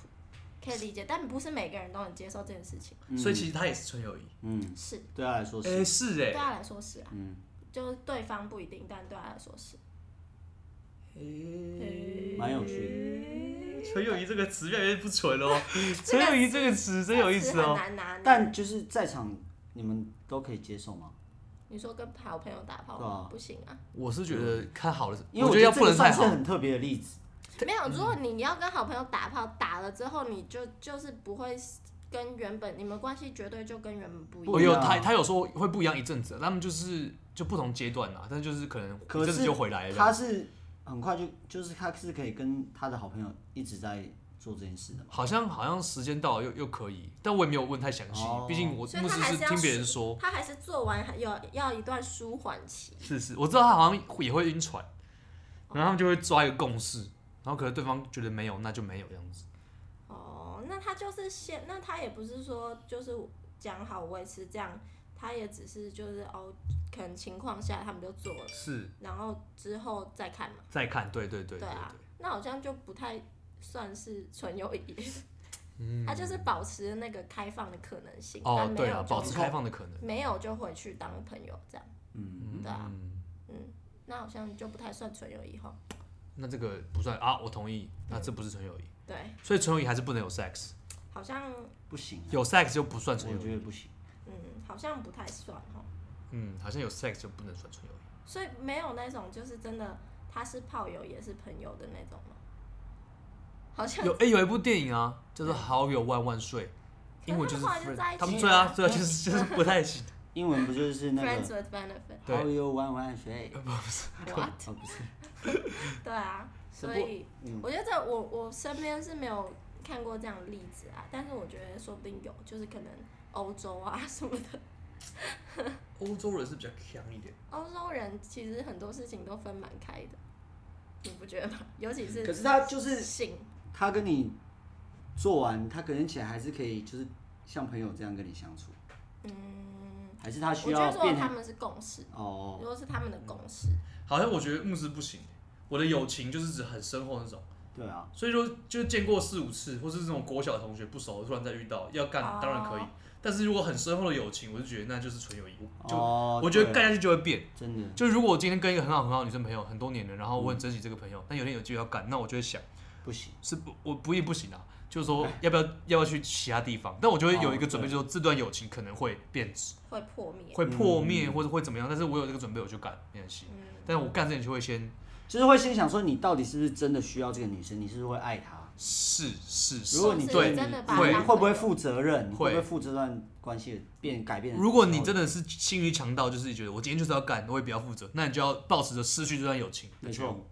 B: 可以理解，但不是每个人都能接受这件事情。
A: 嗯
C: 所以其实他也是纯友谊。
A: 嗯，
B: 是，
A: 对他来说
C: 哎、
A: 是，
B: 呃
C: 是哎、
B: 对他来说是啊，
A: 嗯，
B: 就是对方不一定，但对他来说是。
A: 蛮有趣
C: 纯友谊这个词越来越不纯哦，
B: 这
C: 纯
B: 个
C: 友谊这个词真有意思
B: 很
C: 哦。
B: 难拿
A: 的。
B: 捏。
A: 但就是在场你们都可以接受吗？
B: 你说跟好朋友打炮
A: 对啊
B: 不行啊，
C: 我是觉得看好了，
A: 因为
C: 觉得要
A: 这
C: 不
A: 个
C: 能太
A: 算是
C: 好，
A: 很特别的例子。
B: 没有。如果你要跟好朋友打炮，打了之后你就就是不会跟原本你们关系绝对就跟原本不一
A: 不
C: 我
A: 一
B: 样。
C: 哦有
A: 样
C: 他他有说会不一样一阵子，他们就是就不同阶段啦，但就是可能
A: 可
C: 一阵子
A: 是
C: 就回来了这样。
A: 他是很快就就是他是可以跟他的好朋友一直在做这件事的嘛。
C: 好像好像时间到了又又可以，但我也没有问太详细
A: 哦，
C: 毕竟我
B: 所以
C: 牧
B: 他
C: 师
B: 还
C: 是
B: 是要
C: 听别人
B: 试
C: 说，
B: 他还是做完还有要一段舒缓期，
C: 是是，我知道他好像也会晕船，然后他们就会抓一个共识，然后可能对方觉得没有，那就没有这样子。
B: 哦，那他就是先，那他也不是说就是哦讲好维持这样，他也只是就是哦，可能情况下他们就做了，
C: 是，
B: 然后之后再看嘛。
C: 再看，对对对对
B: 啊
C: 对，
B: 那好像就不太算是纯友谊， 他就是保持那个开放的可能性，但
C: 嗯哦，
B: 没
C: 对
B: 有
C: 啊，
B: 就
C: 保持开放的可能。
B: 没有就回去当朋友这样，
A: 嗯，
B: 对啊，
C: 嗯，
B: 那好像就不太算纯友谊哈。
C: 那这个不算啊，我同意，那这不是纯友谊，
B: 对，
C: 所以纯友谊还是不能有 sex，
B: 好像
A: 不行啊，
C: 有 sex 就不算纯
A: 我
C: 友谊。
A: 觉得不行。
B: 嗯，好像不太算哈。
C: 嗯，好像有 sex 就不能算纯友谊。
B: 所以没有那种就是真的他是炮友也是朋友的那种吗？好像
C: 有哎、有一部电影啊，叫做《好友万万岁》，英文就是
B: 可是他们后来就在一
C: friend，
B: 起了
C: 他们对啊，对啊，就是就是不太行。
A: 英文不就是那
B: friends
A: 个
B: with benefit，
C: 对
A: How you one one 水？
B: 哇，
A: 哦，不是，
B: 对啊，
A: 是
B: 所
A: 不
B: 以
A: 嗯
B: 我觉得这我我身边是没有看过这样的例子啊，但是我觉得说不定有，就是可能欧洲啊什么的，
C: 欧洲人是比较强一点，
B: 欧洲人其实很多事情都分蛮开的，你不觉得 吗？尤其
A: 可
B: 是
A: 是他就是
B: 性，
A: 他跟你做完，他可能起来还是可以，就是像朋友这样跟你相处，
B: 嗯，
A: 还是他
B: 我
A: 需
B: 觉得
A: 要
B: 如果
A: 变嗯
B: 他
A: 成
B: 们是共识，
A: 哦
B: 如，果是他们的共识，
C: 好像我觉得牧师不行，我的友情就是指很深厚那种，
A: 对啊，
C: 所以说就见过四五次，或是这种国小同学不熟，突然再遇到要干，当然可以
B: 哦。
C: 但是如果很深厚的友情，我就觉得那就是纯友谊，就
A: 哦，
C: 我觉得
A: 对
C: 干下去就会变。
A: 真的
C: 就如果我今天跟一个很好很好的女生朋友很多年了，然后我很珍惜这个朋友，但有天有机会要干，那我就会想，
A: 不行，
C: 是不我不一定不行啊，就是说要不要要不要去其他地方，但我就会有一个准备，
A: 哦
C: 就是说这段友情可能会变质，
B: 会破灭，
C: 会破灭或者会怎么样，但是我有这个准备，我就干没关系。
B: 嗯，
C: 但是我干之前就会先
A: 就是会心想说，你到底是不是真的需要这个女生？你是不是会爱她？
C: 试试试
A: 如。果你
B: 是
A: 对
B: 你
A: 你
B: 真的把
C: 她
A: 你
B: 当
A: 会不会
B: 朋友
A: 负责任？你会不
C: 会
A: 会负责这段关系的变改变？
C: 如果你真
A: 的
C: 的是心于强到，就是觉得我今天就是要干，我也不要负责，那你就要保持着失去这段友情。
A: 没错，，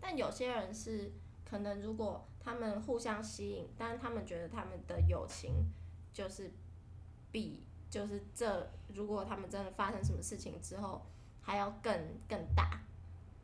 B: 但有些人是可能，如果他们互相吸引，但他们觉得他们的友情就是比就是这，如果他们真的发生什么事情之后，还要更更大，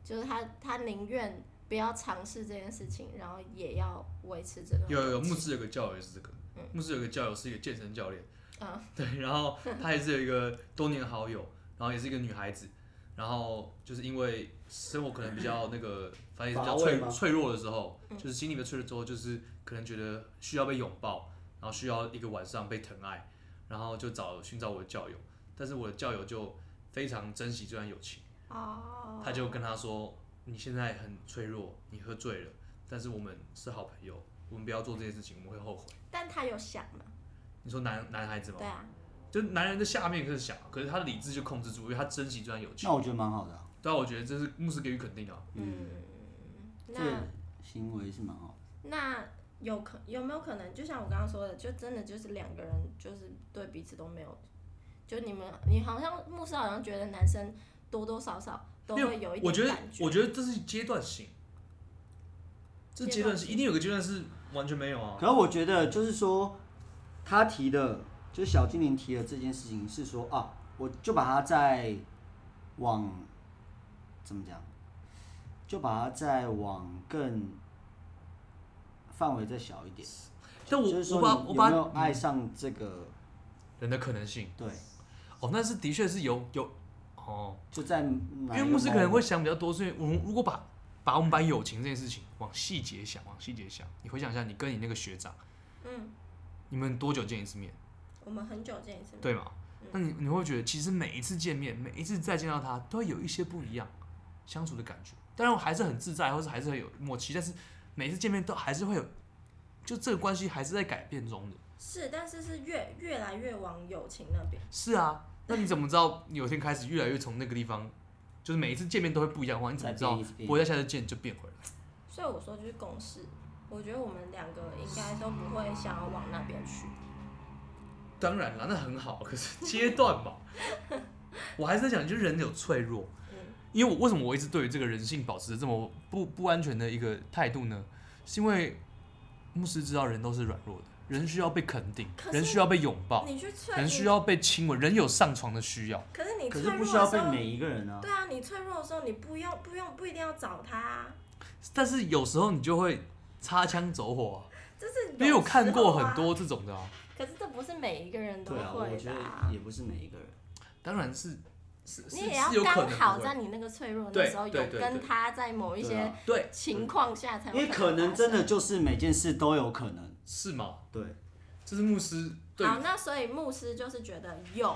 B: 就是他他宁愿不要尝试这件事情，然后也要维持这段
C: 有有有，
B: 友情
C: 牧师有个教友也是这个，牧师有个教友是一个健身教练，
B: 嗯
C: 对，然后 他也是有一个多年好友，然后也是一个女孩子，然后就是因为生活可能比较那个，反正也是比较
A: 乏味
C: 脆
A: 吗
C: 脆弱的时候，就是心里面脆弱之后，就是可能觉得需要被拥抱，然后需要一个晚上被疼爱，然后就找寻找我的教友，但是我的教友就非常珍惜这段友情。
B: 哦，
C: 他就跟他说：“你现在很脆弱，你喝醉了，但是我们是好朋友，我们不要做这件事情，我们会后悔。
B: 但他有想嘛，”
C: 你说男男孩子吗
B: 对？啊，
C: 就男人的下面可是想，可是他的理智就控制住，因为他珍惜这段友情
A: 那。我觉得蛮好的啊，
C: 对啊，我觉得这是牧师给予肯定啊。
B: 嗯，
A: 这
B: 那。
A: 个行为是蛮好的。
B: 那有可有没有可能，就像我刚刚说的，就真的就是两个人就是对彼此都没有，就你们你好像牧师好像觉得男生多多少少都
C: 没有
B: 会有一
C: 我
B: 点
C: 觉得
B: 感，
C: 我觉得这是阶段性，这阶段性一定有个阶段是完全没有啊。
A: 可是我觉得就是说，他提的，就是小精灵提的这件事情是说啊，我就把它再往怎么讲，就把它再往更范围再小一点，
C: 但我
A: 就是
C: 我把
A: 说
C: 我
A: 你有没
C: 把
A: 有爱上这个？
C: 人的可能性，
A: 对，
C: 哦，那是的确是有有哦。
A: 就在
C: 因
A: 因
C: 为牧师可能会想比较多，所以我们如果把把我们把友情这件事情往细节想，往细节想，你回想一下，你跟你那个学长，
B: 嗯，
C: 你们多久见一次面，
B: 我们很久见一次面，
C: 对吗？那你你会觉得，其实每一次见面，每一次再见到他，都会有一些不一样相处的感觉。当然，我还是很自在，或是还是很有默契，但是每一次见面都还是会有，就这个关系还是在改变中的。
B: 是，但是是越越来越往友情那边，
C: 是啊，那你怎么知道你有一天开始越来越从那个地方，就是每一次见面都会不一样的话，你怎么知道
A: 再变一遍
C: 不会在下次见就变回来？
B: 所以我说就是共识。我觉得我们两个应该都不会想要往那边去，
C: 当然啦，那很好， 可是阶段 嘛，我还是在讲，就是人有脆弱，
B: 嗯
C: 因为我为什么我一直对于这个人性保持着这么不不安全的一个态度呢？是因为牧师知道人都是软弱的，人需要被肯定
B: 可，是
C: 人需要被拥抱，
B: 你去脆弱，
C: 人需要被亲吻，人有上床的需要。
B: 可是你
A: 可
B: 脆
A: 是
B: 弱
A: 不
B: 的
A: 需
B: 时
A: 要被
B: 候，
A: 每一个人啊。
B: 对啊，你脆弱的时候，你不用不用不一定要找他、啊，
C: 但是有时候你就会擦枪走火、啊，
B: 这是
C: 因为
B: 有
C: 我看
B: 时
C: 过
B: 候啊
C: 很，多这种的啊。
B: 可是这不是每一个人都
A: 对啊，
B: 会
A: 我
B: 的
A: 觉
B: 啊、
A: 得也不是每一个人。
C: 当然是是是
B: 你也要
C: 是有可
B: 刚
C: 能
B: 好
C: 不会
B: 在你那个脆弱的
C: 对
B: 时候，有
C: 对对
B: 跟
C: 对
B: 他在某一
A: 对
B: 些
A: 啊
C: 对
B: 情况下才
A: 因
B: 会
A: 为可能
B: 发
A: 真的
B: 生
A: 就是每件事都有可能。
C: 是吗？
A: 对，
C: 这是牧师对
B: 好，那所以牧师就是觉得有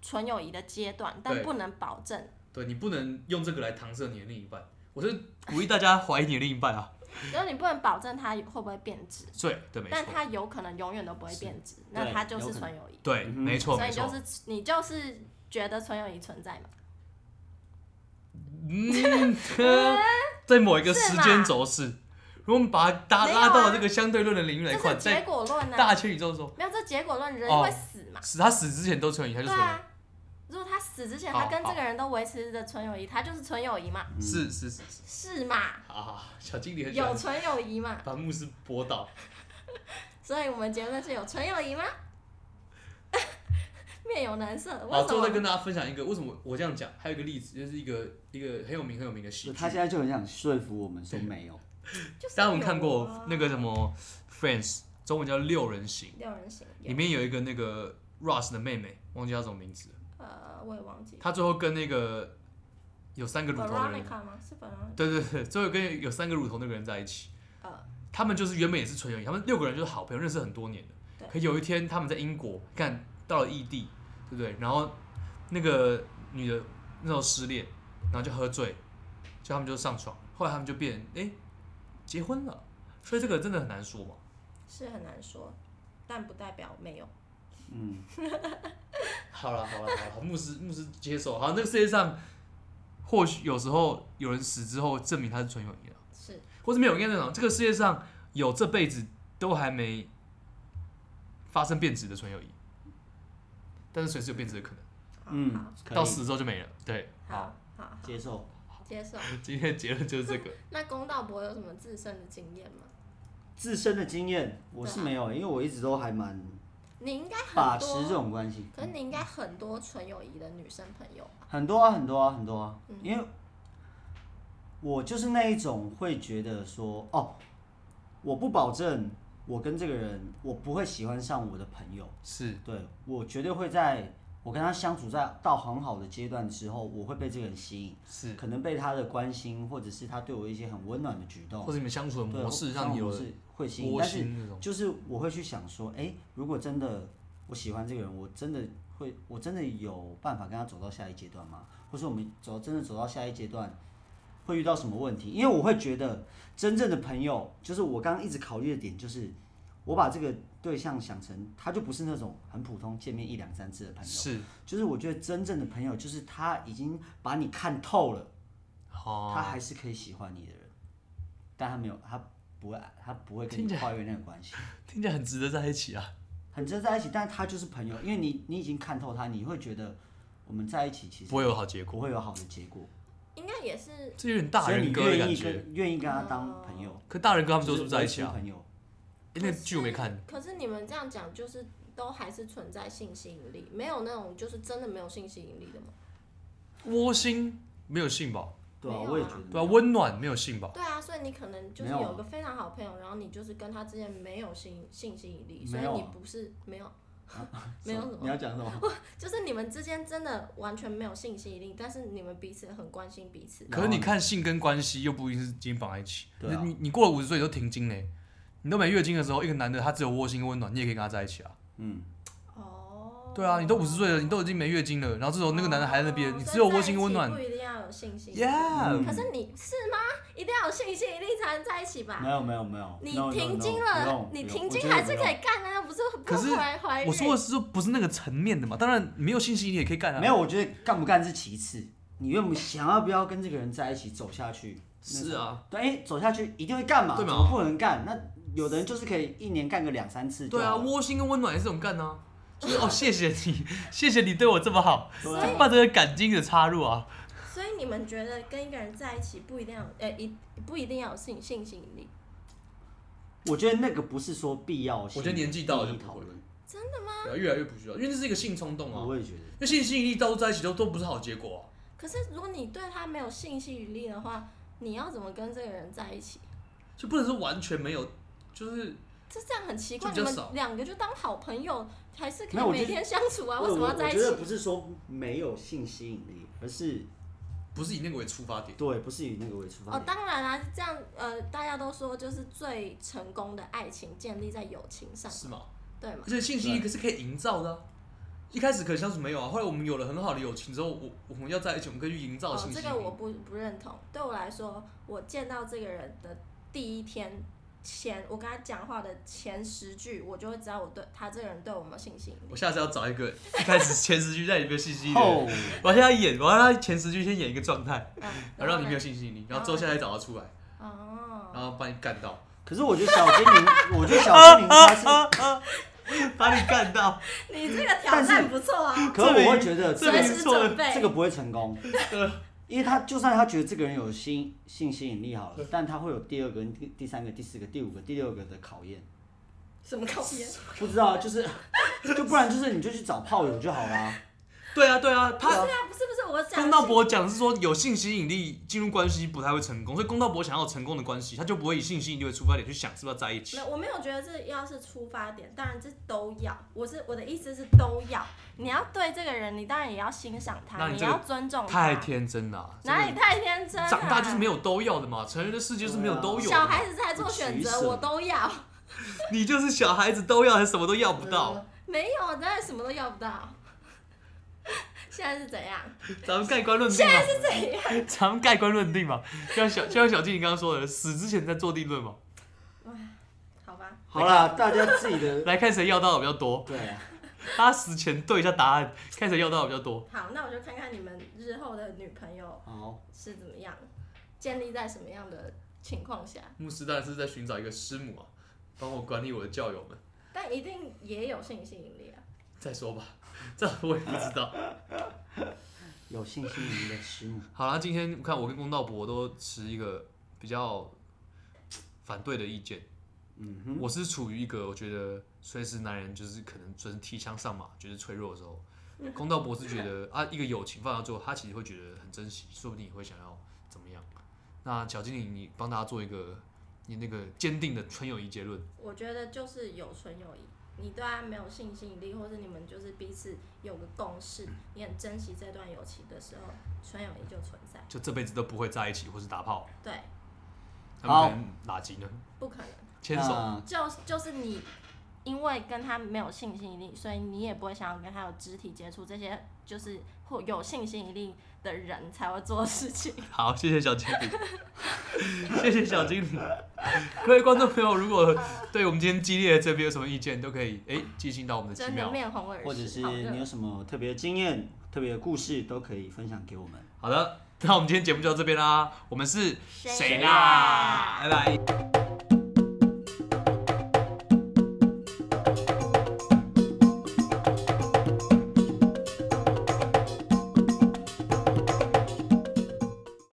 B: 纯友谊的阶段，但
C: 对
B: 不能保证。
C: 对，你不能用这个来搪塞你的另一半。我是鼓励大家怀疑你的另一半啊，
B: 就是你不能保证它会不会变质，
C: 对对没错
B: 但，它有可能永远都不会变质，那
A: 对
B: 它就
A: 有
B: 是
A: 可能
B: 纯友谊。
C: 对
A: 嗯哼
C: 没错
B: 所
C: 没
B: 以就
C: 错，
B: 是你就是觉得纯友谊存在嘛？
C: 嗯，呵在某一个时
B: 是
C: 间
B: 吗
C: 轴是，如果我们把它搭
B: 没有
C: 拉
B: 啊
C: 到这个相对论的领域来
B: 这
C: 看，
B: 是结
C: 在
B: 果论啊呢、
C: 大千宇宙中，
B: 没有这结果论，人
C: 哦
B: 会死嘛？
C: 死他死之哦前都存疑，他就
B: 对
C: 存疑，
B: 啊。如果他死之前，
C: 好
B: 他跟
C: 好
B: 这个人都维持着纯友谊，他就是纯友谊嘛，
A: 嗯
C: 是是是是，
B: 是嘛？
C: 好好，好小经理很喜
B: 有
C: 欢
B: 纯友谊嘛？
C: 把牧师驳倒，
B: 所以我们结论是有纯友谊吗？ 面有难色，为
C: 好，
B: 什
C: 最后再
B: 么？
C: 跟大家分哦享一个为什么我这样讲，还有一个例子，就是一个一个很有名很有名的喜
A: 就
C: 剧，
A: 他现在就很想说服我们说没有。
B: 就是
C: 大家有没有看
B: 有啊
C: 过那个什么《Friends》，中文叫《六人行》，
B: 六人行有
C: 里面有一个那个 Ross 的妹妹，忘记叫什么名字了，
B: 呃，我也忘记了。
C: 她最后跟那个有三个乳头的人，
B: Veronica 吗？是 Veronica。
C: 对对对，最后跟有三个乳头那个人在一起，
B: 呃，
C: 他们就是原本也是纯友谊，他们六个人就是好朋友，认识很多年的
B: 对。
C: 可有一天他们在英国干到了异地，对不对？然后那个女的那时候失恋，然后就喝醉，就他们就上床，后来他们就变哎、诶结婚了，所以这个真的很难说嘛。
B: 是很难说，但不代表没有。
A: 嗯，
C: 好了好了好了，牧师牧师接受。好，那个世界上或许有时候有人死之后证明他是纯友谊了，
B: 是
C: 或是没有应该这种，这个世界上有这辈子都还没发生变质的纯友谊，但是随时有变质的可能，
B: 好
A: 嗯，可以
C: 到死之后就没了。对，
B: 好
C: 好，
B: 好好
A: 接受。
B: 好接受。
C: 今天的结论就是这个。
B: 那公道博有什么自身的经验吗？
A: 自身的经验我是没有，因为我一直都还蛮
B: 你应该
A: 把
B: 很
A: 持这
B: 啊多，
A: 种关系，
B: 可是你应该很多纯友谊的女生朋友吧？
A: 很多啊，很多啊，很多啊
B: 嗯，
A: 因为我就是那一种会觉得说，哦，我不保证我跟这个人，我不会喜欢上我的朋友，
C: 是
A: 对我绝对会在我跟他相处在到很好的阶段之后，我会被这个人吸引，
C: 是，
A: 可能被他的关心，或者是他对我一些很温暖的举动
C: 或，者你们相处的
A: 哦对
C: 模式
A: 让
C: 让你有
A: 我
C: 了
A: 是会吸引，
C: 窝
A: 但是
C: 心那种。
A: 就是我会去想说，哎、如果真的我喜欢这个人，我真的会，我真的有办法跟他走到下一阶段吗？或是我们走真的走到下一阶段，会遇到什么问题？因为我会觉得真正的朋友，就是我刚刚一直考虑的点，就是我把这个对象想成他就不是那种很普通见面一两三次的朋友，
C: 是
A: 就是我觉得真正的朋友就是他已经把你看透了，他
C: 哦，
A: 还是可以喜欢你的人，但他没有他。不会，他不会跟
C: 听
A: 你
C: 起来
A: 跨越那个关系。
C: 听起来很值得在一起啊。
A: 很值得在一起，但他就是朋友，因为你你已经看透他，你会觉得我们在一起其实
C: 不会有好结
A: 不
C: 果，
A: 会有好的结果，
B: 应该也是
C: 这有点大
A: 所以
C: 人
A: 你
C: 哥的
A: 愿
C: 感
A: 意
C: 觉。
A: 跟愿意跟他当朋友，
C: 可大人哥他们都
A: 就是
C: 不在一起啊
A: 维持？朋友，
C: 欸、那剧我没看，
B: 可是你们这样讲，就是都还是存在性吸引力，没有那种就是真的没有性吸引力的吗？
C: 窝心没有性吧？
A: 对啊，
B: 没有啊
A: 我也觉得，
C: 对啊，温暖没有性吧？
B: 对啊，所以你可能就是
A: 没有啊
B: 有一个非常好朋友，然后你就是跟他之间没有性性吸引力，所
A: 没
B: 以
A: 有啊
B: 你不是没有，没有什
C: 啊
B: 么
A: 你要讲什么？
B: 就是你们之间真的完全没有性吸引力，但是你们彼此很关心彼此。
C: 可是你看性跟关系又不一定是金绑在一起。
A: 对啊
C: 你你过了五十岁你都停经嘞，你都没月经的时候，一个男的他只有窝心跟温暖，你也可以跟他在一起啊。
A: 嗯，
B: 哦
C: 对啊，你都五十岁了，你都已经没月经了，然后这时候那个男的还在那边，
B: 哦
C: 你
B: 所以
C: 只有窝心跟温暖
B: 在一起不一定要有性吸引力。
C: ，Yeah，
A: 嗯
B: 可是你是吗？一定要有性吸引力才能在一起吧
A: 没？有没有没有，
B: 你
A: no, no, no，
B: 停经
A: 不
B: 了
A: 用，
B: 你
A: 不用
B: 停
A: 我觉
B: 经
A: 得
B: 还是
A: 不
B: 可
A: 用
B: 以干啊，又不是不
C: 可是
B: 怀怀孕。
C: 我说的是说不是那个层面的嘛，当然没有性吸引力也可以干啊。
A: 没有，我觉得干不干是其次，你愿不想要不要跟这个人在一起走下去？
C: 是啊，
A: 对，哎，走下去一定会干嘛？
C: 对嘛
A: 怎么不能干？那有的人就是可以一年干个两三次就
C: 对啊，
A: 好了，
C: 窝心跟温暖也是这种干啊。就是哦，谢谢你，谢谢你对我这么好，
A: 对
B: 所以
A: 啊，
C: 伴着感激的插入啊。
B: 所以你们觉得跟一个人在一起不一定要，呃，一不一定要有性性吸引力？
A: 我觉得那个不是说必要性，
C: 我觉得年纪到了就
A: 第一
C: 不
A: 讨
C: 会了
A: 论。
C: 对啊，越来越不需要，因为这是一个性冲动啊，
A: 我也觉得，
C: 因为性吸引力到在一起都都不是好结果啊。
B: 可是如果你对他没有性吸引力的话，你要怎么跟这个人在一起？
C: 就不能说完全没有，就是
B: 这这样很奇怪，
C: 就
B: 你
C: 比较
B: 们
C: 少
B: 两个就当好朋友，还是可
A: 没有
B: 以
A: 我就
B: 每天相处啊？为什
A: 我
B: 么要在
A: 我
B: 一
A: 觉得
B: 起？
A: 不是说没有性吸引力，而是
C: 不是以那个为出发点。
A: 对，不是以那个为出发
B: 哦，
A: 点。
B: 当然啦、这样呃，大家都说就是最成功的爱情建立在友情上，
C: 是吗？
B: 对吗
C: 而？且信息力是可以营造的啊、一开始可能相处没有啊，后来我们有了很好的友情之后，我我们要在一起，我们可以去营造
B: 哦
C: 信，息
B: 这
C: 力。
B: 个我不不认同。对我来说，我见到这个人的第一天前，我跟他讲话的前十句，我就会知道我对他这个人对我有没有信心。
C: 我下次要找一个一开始前十句在里面信息力的人，
A: 后
C: 我现在演，我让他前十句先演一个状态，
B: 嗯，
C: 然后 让你没有信心力，然后之后下来找他出来，
B: 哦，
C: 然后把你干到，
A: 可是我觉得小精灵，我觉得小精灵他是，
C: 把你干到，
B: 你这个挑
A: 但是
B: 战不错啊，
A: 可是我会觉得
C: 这
A: 这
B: 随
C: 个
A: 个
C: 是
B: 时
C: 错的
B: 准备。
A: 这个不会成 功，因为他就算他觉得这个人有吸性吸引力好了，但他会有第二个、第第三个、第四个、第五个、第六个的考验。
B: 什么考验？
A: 不知道啊，就是就不然就是你就去找炮友就好啦。
C: 对啊对啊，
B: 不是
C: 他
B: 啊，不是不是，我讲
C: 公道博讲是说有性吸引力进入关系不太会成功，所以公道博想要有成功的关系，他就不会以性吸引力为出发点去想是不是要在一起
B: 没。有，我没有觉得这要是出发点，当然这都要。我是我的意思是都要，你要对这个人，你当然也要欣赏
C: 那
B: 他，
C: 你
B: 你
C: 这个
B: 要尊重他。
C: 太天真了啊，
B: 哪里太天真了、啊
C: 长大就是没有都要的嘛，成人的世界是没有都有的嘛。
B: 小孩子在做选
A: 取舍
B: 择，我都要。
C: 你就是小孩子都要，还什么都要不
B: 嗯
C: 到。
B: 没有，当然什么都要不到。现在是怎样？
C: 咱们盖棺论定嘛，
B: 是怎样？
C: 咱们盖棺论定嘛，就像小就像小精灵刚刚说的，死之前再做定论嘛，
B: 好吧，
A: 好啦，大家自己的
C: 来看谁要到的比较多，
A: 对啊，
C: 大家死前对一下答案，看谁要到的比较多。
B: 好，那我就看看你们日后的女朋友
A: 好，
B: 是怎么样，建立在什么样的情况下。
C: 牧师当然是在寻找一个师母啊，帮我管理我的教友们。
B: 但一定也有性吸引力啊。
C: 再说吧， 这我也不知道。
A: 有性吸引力的师母，
C: 好啦，今天看我跟公道博都持一个比较反对的意见。
A: 嗯哼，
C: 我是处于一个我觉得随时男人就是可能就是提枪上马，觉得脆弱的时候，公道博士觉得啊，一个友情放到最后，他其实会觉得很珍惜，说不定也会想要怎么样。那小精灵，你帮大家做一个你那个坚定的纯友谊结论，
B: 我觉得就是有纯友谊，你对他没有性吸引力，或者你们就是彼此有个共识，你很珍惜这段友情的时候，纯友谊就存在。
C: 就这辈子都不会在一起或是打炮，
B: 对，
C: 他们可能哪集呢？
B: 不可能，
C: 牵手，
A: 那
B: 就就是你因为跟他没有性吸引力，所以你也不会想要跟他有肢体接触，这些就是或有性吸引力的人才会做的事情。
C: 好，谢谢小精灵，谢谢小精灵。各位观众朋友，如果对我们今天激烈的这边有什么意见，都可以哎寄信到我们的奇
B: 真的
C: 妙。
B: 面红耳赤，
A: 或者是
B: 好热
A: 你有什么特别的经验、特别的故事，都可以分享给我们。
C: 好的，那我们今天节目就到这边啦，我们是
B: 谁
C: 谁啦？拜拜。